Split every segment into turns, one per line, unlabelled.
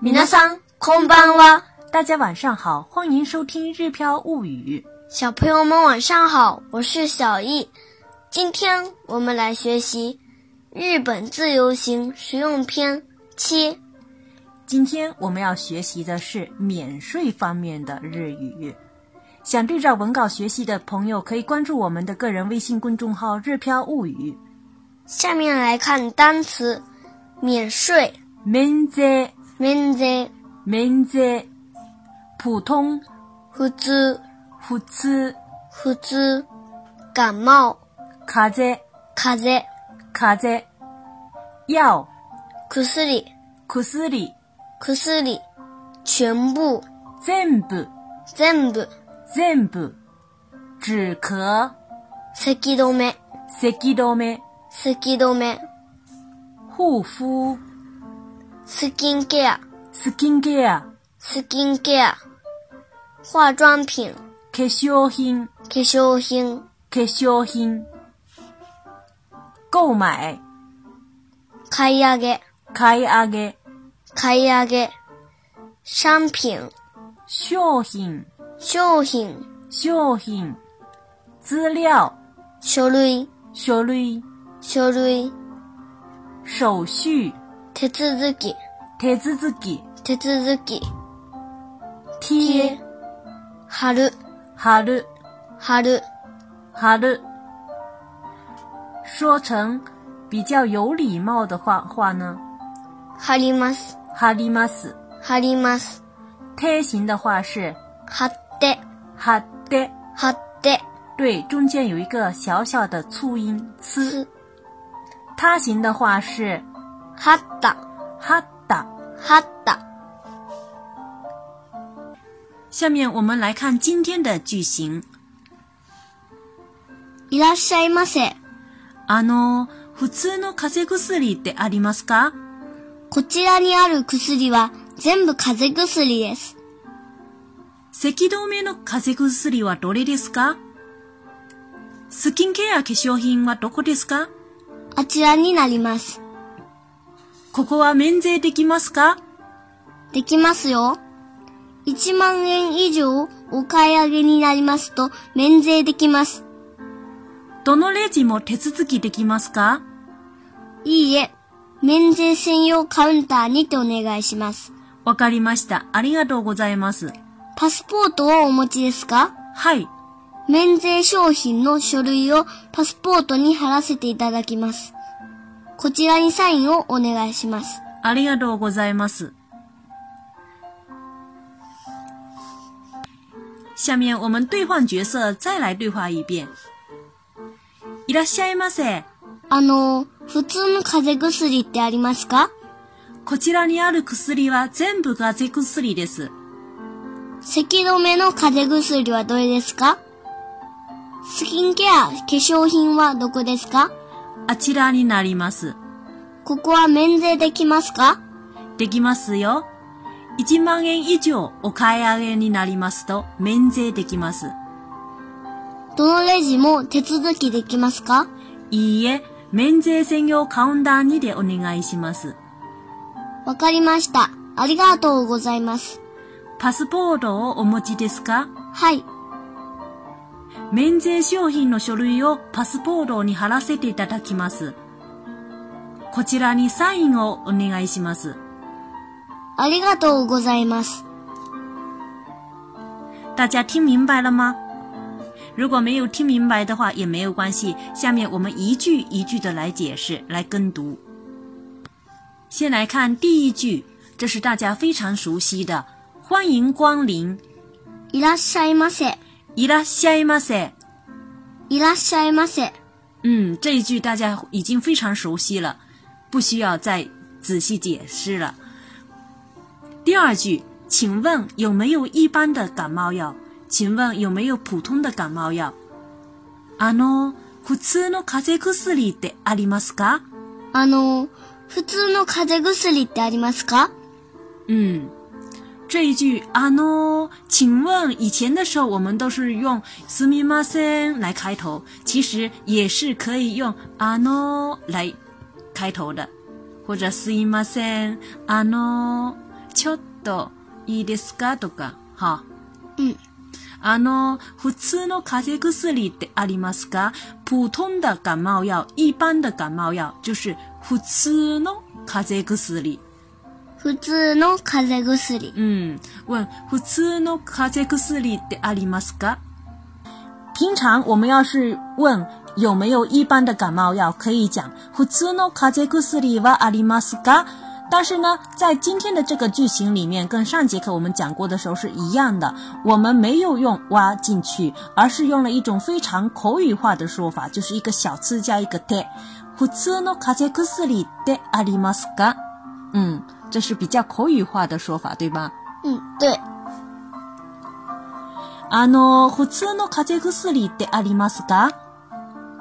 皆さん、こんばんは。
大家晚上好，欢迎收听《日飘物语》。
小朋友们晚上好，我是小易。今天我们来学习《日本自由行实用篇》七。
今天我们要学习的是免税方面的日语。想对照文稿学习的朋友，可以关注我们的个人微信公众号“日飘物语
下面来看单词：免税、”。
免税，
免税、
免税，普通、
普通、
普通、
普通、感冒、
風邪、
風邪、
風邪。药、
薬、
薬、
薬、全部、
全部、
全部、
全部。止咳、
咳止め、
咳止め、
咳止め、
护肤、
スキンケア、
スキンケア、
スキンケア、化妆品、
化粧品、
化粧品、
化粧品。購買、
買い上げ、
買い上げ、
買い上げ、商品、
商品、
商品、
商品。資料、
書類、
書類、
書類、
手續、
手続き、
手続き、
手続き、
貼、
貼る、
貼る、
貼る、
貼る。说成比较有礼貌的话话呢，
貼ります、
貼ります。
貼ります、
贴形的话是
貼って、
貼って。
貼って、
对，中间有一个小小的促音“呲
す。
他形的话是
貼った、
“哈达
貼った、”。
下面我们来看今天的句型。
いらっしゃいませ。
あの、普通の風邪薬ってありますか
こちらにある薬は全部風邪薬です。
咳止めの風邪薬はどれですかスキンケア化粧品はどこですか
あちらになります。
ここは免税できますか
できますよ。1万円以上お買い上げになりますと免税できます。
どのレジも手続きできますか
いいえ、免税専用カウンターにてお願いします。
わかりました。ありがとうございます。
パスポートをお持ちですか
はい。
免税商品の書類をパスポートに貼らせていただきます。こちらにサインをお願いします。
ありがとうございます。下面我们兑换角色，再来对话一遍。いらっしゃいませ。
あの、普通の風邪薬ってありますか
こちらにある薬は全部風邪薬です。
咳止めの風邪薬はどれですかスキンケア、化粧品はどこですか
あちらになります。
ここは免税できますか
できますよ。1万円以上お買い上げになりますと免税できます。
どのレジも手続きできますか
いいえ、免税専用カウンターにでお願いします。
わかりました。ありがとうございます。
パスポートをお持ちですか
はい。
免税商品の書類をパスポートに貼らせていただきます。こちらにサインをお願いします。
ありがとうございます。
大家听明白了吗？如果没有听明白的话也没有关系，下面我们一句一句的来解释、来跟读。先来看第一句，这是大家非常熟悉的“欢迎光临
いらっしゃいませ。”，
いらっしゃいませ。
いらっしゃいませ。
嗯，这一句大家已经非常熟悉了，不需要再仔细解释了。第二句，请问有没有一般的感冒药？请问有没有普通的感冒药？あの、普通の風邪薬ってありますか？
あの、普通の風邪薬ってありますか
嗯，这一句啊喏，请问以前的时候我们都是用すみません来开头，其实也是可以用啊喏来开头的，或者すみません啊喏ちょっといいですかとか、は。
嗯，
あの、普通の風邪薬ってありますか普通的感冒药、一般的感冒药、就是普通の風邪薬。
普通の風邪薬。
嗯，问普通の風邪薬ってありますか？平常我们要是问有没有一般的感冒药，可以讲普通の風邪薬はありますか？但是呢，在今天的这个句型里面，跟上节课我们讲过的时候是一样的，我们没有用“哇”进去，而是用了一种非常口语化的说法，就是一个小字加一个“で”。普通の風邪薬ってありますか？嗯，这是比较口语化的说法，对吧？
嗯，对，
あの、普通の風邪薬ってありますか？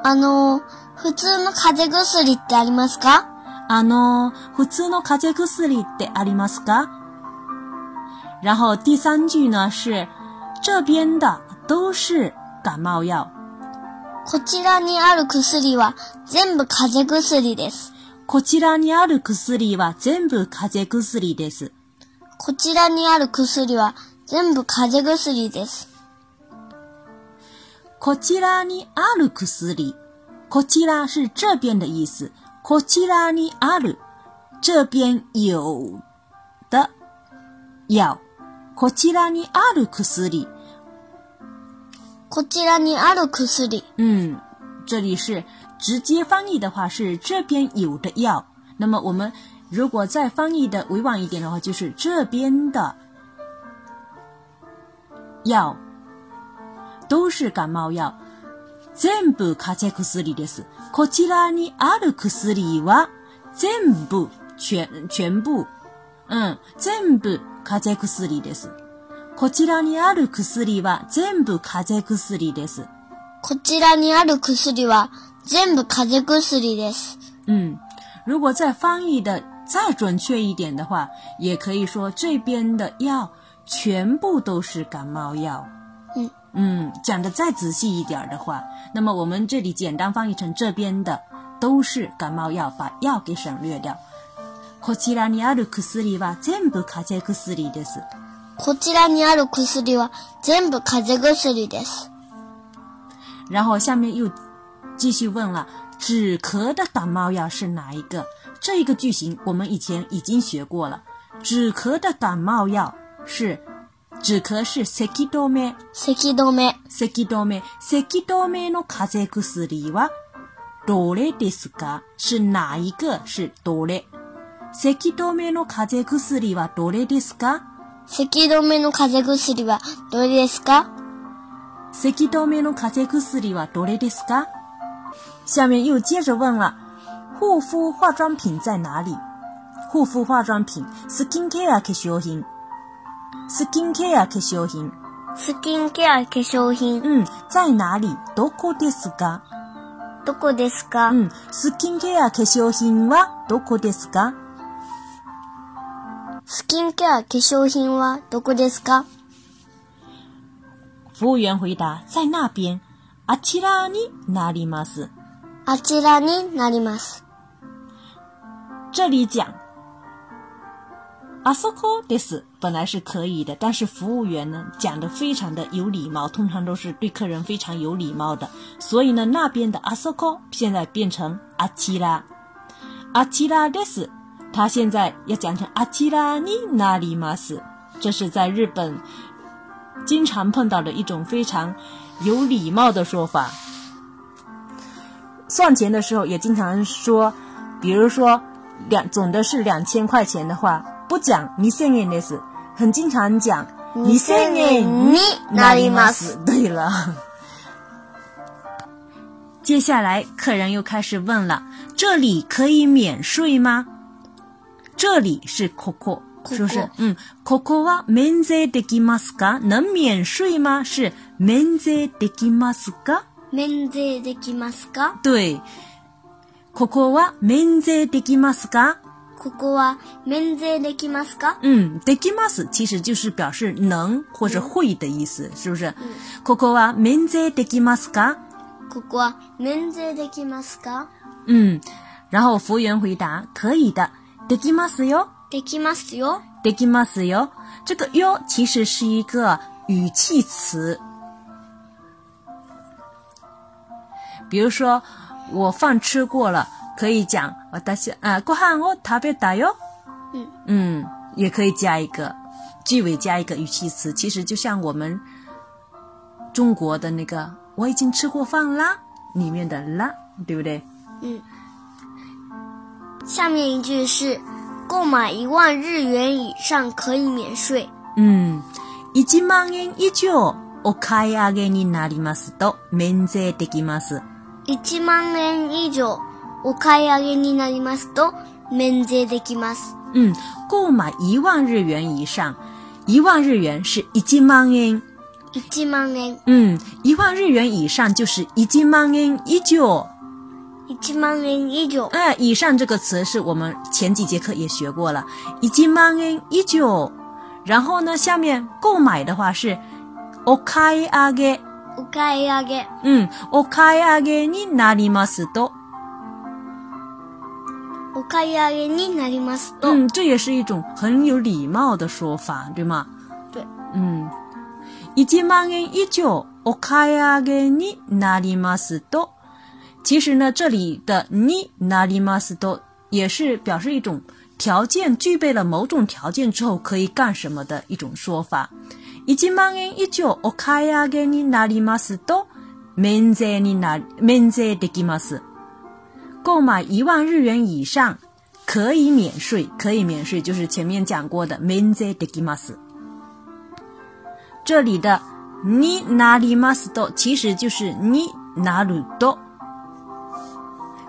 あの普通の風邪薬ってありますか？
あの、普通の風邪薬ってありますか？然后第三句呢是，这边的都是感冒药。
こちらにある薬は全部風邪薬です。
こちらにある薬は全部風邪薬です。
こちらにある薬は全部風邪薬です。
こちらにある薬。こちら是这边的意思。こちらにある。这边有的药。こちらにある薬。
こちらにある薬。
嗯，这里是直接翻译的话是这边有的药。那么我们如果再翻译的委婉一点的话，就是这边的药都是感冒药。全部風邪薬です。こちらにある薬は全部全全部嗯全部風邪薬です。こちらにある薬は全部風邪薬です。
こちらにある薬は全部風邪薬です。
嗯，如果再翻译的再准确一点的话，也可以说这边的药全部都是感冒药。
嗯
嗯，讲的再仔细一点儿的话，那么我们这里简单翻译成这边的都是感冒药，把药给省略掉。こちらにある薬は全部風邪薬です。
こちらにある薬は全部風邪薬です。
然后下面又继续问了，止咳的感冒药是哪一个？这一个句型我们以前已经学过了。止咳的感冒药是止咳是咳止め、
咳止め。
咳止め、咳止めの風邪薬はどれですか？是哪一个？是どれ？咳止めの風邪薬はどれですか？
咳止めの風邪薬はどれですか
咳止めの風邪薬はどれですか？下面又接着问了，护肤化妆品在哪里？护肤化妆品，skincare 化粧品，skincare 化粧品，
スキンケア化粧品、
嗯，在哪里？どこですか？
どこですか、
嗯，skincare 化粧品はどこですか？
スキンケア化粧品はどこですか
服务员回答：在那边。あちらになります。
あちらになります。
这里讲あそこです本来是可以的，但是服务员呢讲的非常的有礼貌，通常都是对客人非常有礼貌的，所以呢那边的あそこ现在变成あちら，あちらです，他现在要讲成あちらになります，这是在日本经常碰到的一种非常有礼貌的说法。算钱的时候也经常说，比如说两总的是两千块钱的话，不讲你千円です，很经常讲
二千円になります。
对了，接下来客人又开始问了：这里可以免税吗？这里是 coco，
ここ
是不是？嗯，coco は免税できますか？能免税吗？是免税できますか？
免税できますか
对，ここは免税できますか？
ここは免税できますか
嗯，できます其实就是表示能或者会的意思，是不是？ここは免税できますか？
ここは免税できますか
嗯，然后服务员回答：可以的，できますよ。
できますよ。
できますよ。这个哟其实是一个语气词。比如说，我饭吃过了，可以讲“我大西啊，ご飯を食べたよ”。
嗯
嗯，也可以加一个句尾加一个语气词，其实就像我们中国的那个“我已经吃过饭啦”里面的“啦”，对不对？
嗯。下面一句是，购买一万日元以上可以免税。
うん。1万円以上お買い上げになりますと免税できます。
1万円以上お買い上げになりますと免税できます。
うん。購買1万日元以上。1万日元是1万円。
1万円、
うん。1万日元以上就是1万円以上。
1万円以上、
哎、以上这个词是我们前几节课也学过了。1万円以上。然后呢，下面购买的话是お買い上げ。
お買い上げ、
うん。お買い上げになりますと。
お買い上げになりますと、
嗯，这也是一种很有礼貌的说法，对吗？
对，
嗯，一万円以上お買い上げになりますと。其实呢，这里的になりますと也是表示一种条件，具备了某种条件之后可以干什么的一种说法。一万円以上お買い上げになりますと免税にな免税できます。购买一万日元以上可以免税，可以免税就是前面讲过的免税できます。这里的你なりますと其实就是你なると。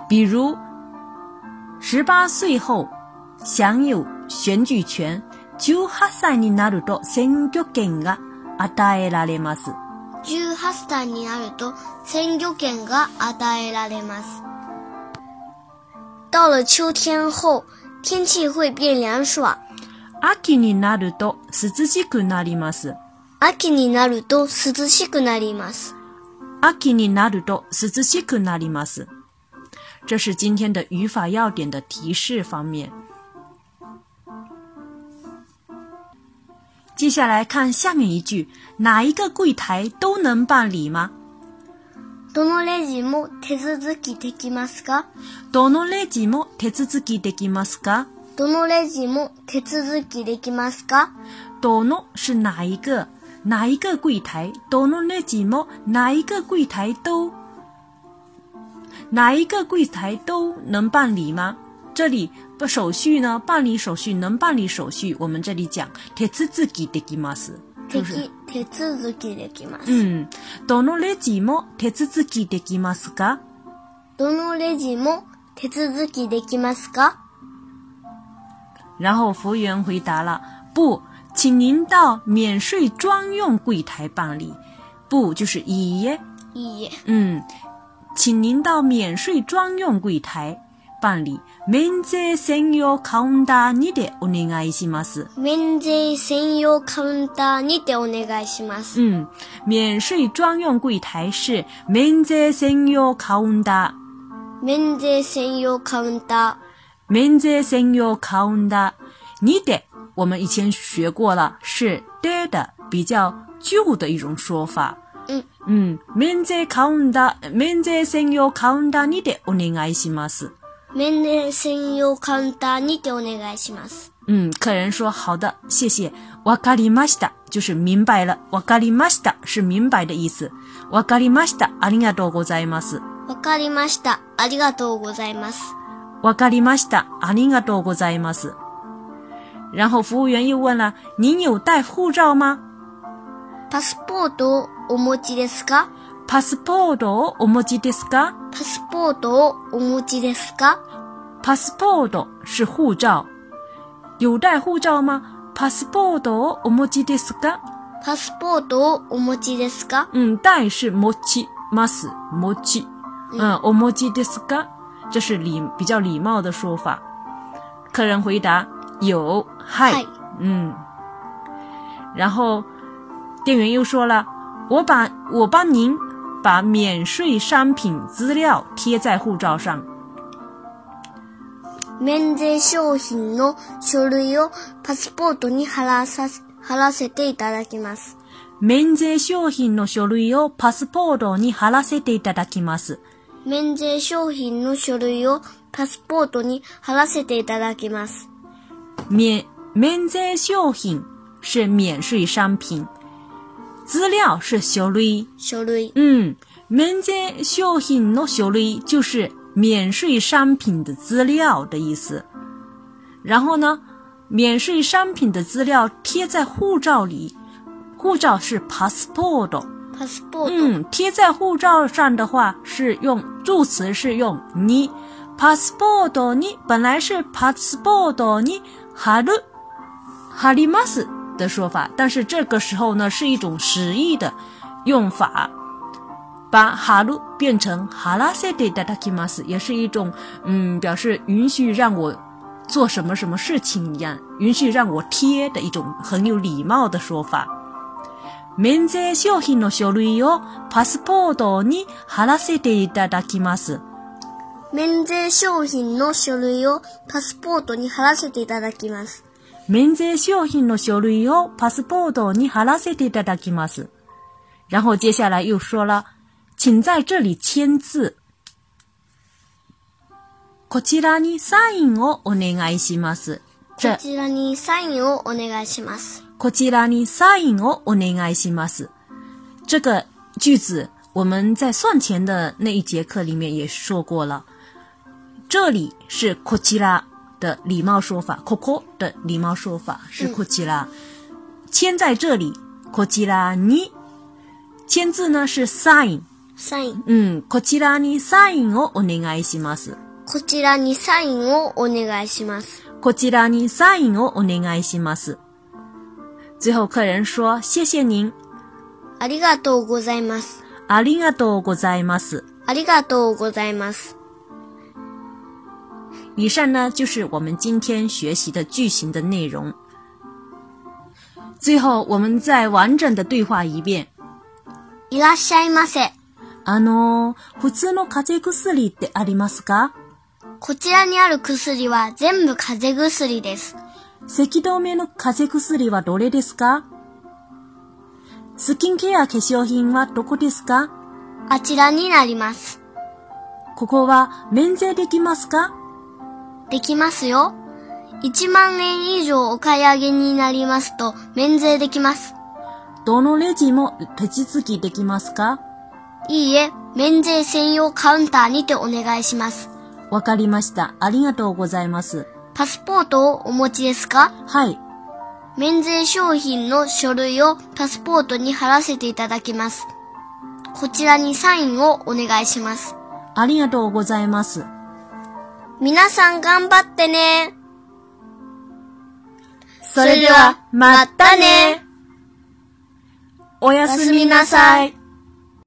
比如，十八岁后享有选举权，18歳になると選挙権が与えられます。
18歳になると鮮魚券が与えられます。到了秋天后，天气会变凉爽。
秋になると涼しくなります。
秋になると涼しくなります。
秋になると涼しくなります。这是今天的语法要点的提示方面。接下来看下面一句：哪一个柜台都能办理吗？
どのレジも手続きできますか
どのレジも手続きできますか？
どのレジも手続きできますか
どの是哪一个？哪一个柜台？どのレジも哪一个柜台都哪一个柜台都能办理吗？这里不手续呢？办理手续能办理手续？我们这里讲手続きできます，
手
就是
手続きできます。
嗯，どのレジも手続きできますか？
どのレジも手続きできますか
然后服务员回答了：“不，请您到免税专用柜台办理。”不就是いいえ？
いいえ。
嗯，请您到免税专用柜台办理免税専用カウンターにでお願いします。
免税専用カウンターにてお願いします。
嗯，免税专用柜台是免税専用カウンター。
免税専用カウンタ
免税専用カウンターにで，我们以前学过了，是で的比较旧的一种说法。
嗯
嗯，免税カウンター、免税専用カウンターにでお願いします。
ー。免税専用カウンターにてお願いします。
嗯，客人说好的，谢谢。わかりました就是明白了。わかりました是明白的意思。わかりましたありがとうございます。
わかりました。ありがとうございます。
わかりましたありがとうございます。然后服务员又问了：“您有带护照吗？”
パスポートをお持ちですか
パスポートをお持ちですか？
パスポートをお持ちですか
パスポート是护照，有带护照吗？パスポートをお持ちですか？
パスポートをお持ちですか
嗯，带是持ちます持ち，嗯，お持ちですか？这是礼比较礼貌的说法。客人回答有，嗨
はい，
嗯。然后店员又说了，我把我帮您把免税商品资料贴在护照上。
免税商品の書類をパスポートに貼らさ貼らせていただきます。
免税商品の書類をパスポートに貼らせていただきます。
免税商品の書類をパスポートに貼らせていただきます。
免免税商品是免税商品，资料是書類。
書類。
嗯，免税商品の書類就是免税商品的资料的意思。然后呢，免税商品的资料贴在护照里，护照是 passport。
パスポート。
嗯，贴在护照上的话是用助词是用你 passport 你本来是 passport 你貼る貼ります的说法，但是这个时候呢是一种实意的用法，把貼る变成貼らせていただきます，也是一种嗯表示允许让我做什么什么事情一样，允许让我贴的一种很有礼貌的说法。免税商品の書類をパスポートに貼らせていただきます。
免税商品の書類をパスポートに貼らせていただきます。
免税商品の書類をパスポートに貼らせていただきます。然后接下来又说了，请在这里签字。こちらにサインをお願いします。
こ
这
ちらにサインをお願いします。
こちらにサインをお願いします。这个句子我们在算钱的那一节课里面也说过了。这里是こちら的礼貌说法，ここ的礼貌说法是こちら。签在这里，こちらに。签字呢是 sign，
サイン。
嗯，こちらにサインをお願いします。
こちらにサインをお願いします。
こちらにサインをお願いします。最后客人说：“谢谢您，
ありがとうございます。
ありがとうございます。
ありがとうございます。
以上呢就是我们今天学习的句型的内容。最后，我们再完整的对话一遍。
いらっしゃいませ。
あのー、普通の風邪薬ってありますか
こちらにある薬は全部風邪薬です。
咳止めの風邪薬はどれですかスキンケア化粧品はどこですか
あちらになります。
ここは免税できますか
できますよ。1万円以上お買い上げになりますと免税できます。
どのレジも手続きできますか
いいえ、免税専用カウンターにてお願いします。
わかりました。ありがとうございます。
パスポートをお持ちですか
はい、
免税商品の書類をパスポートに貼らせていただきます。こちらにサインをお願いします。
ありがとうございます。
皆さん頑張ってね。
それでは、またねおやすみなさい。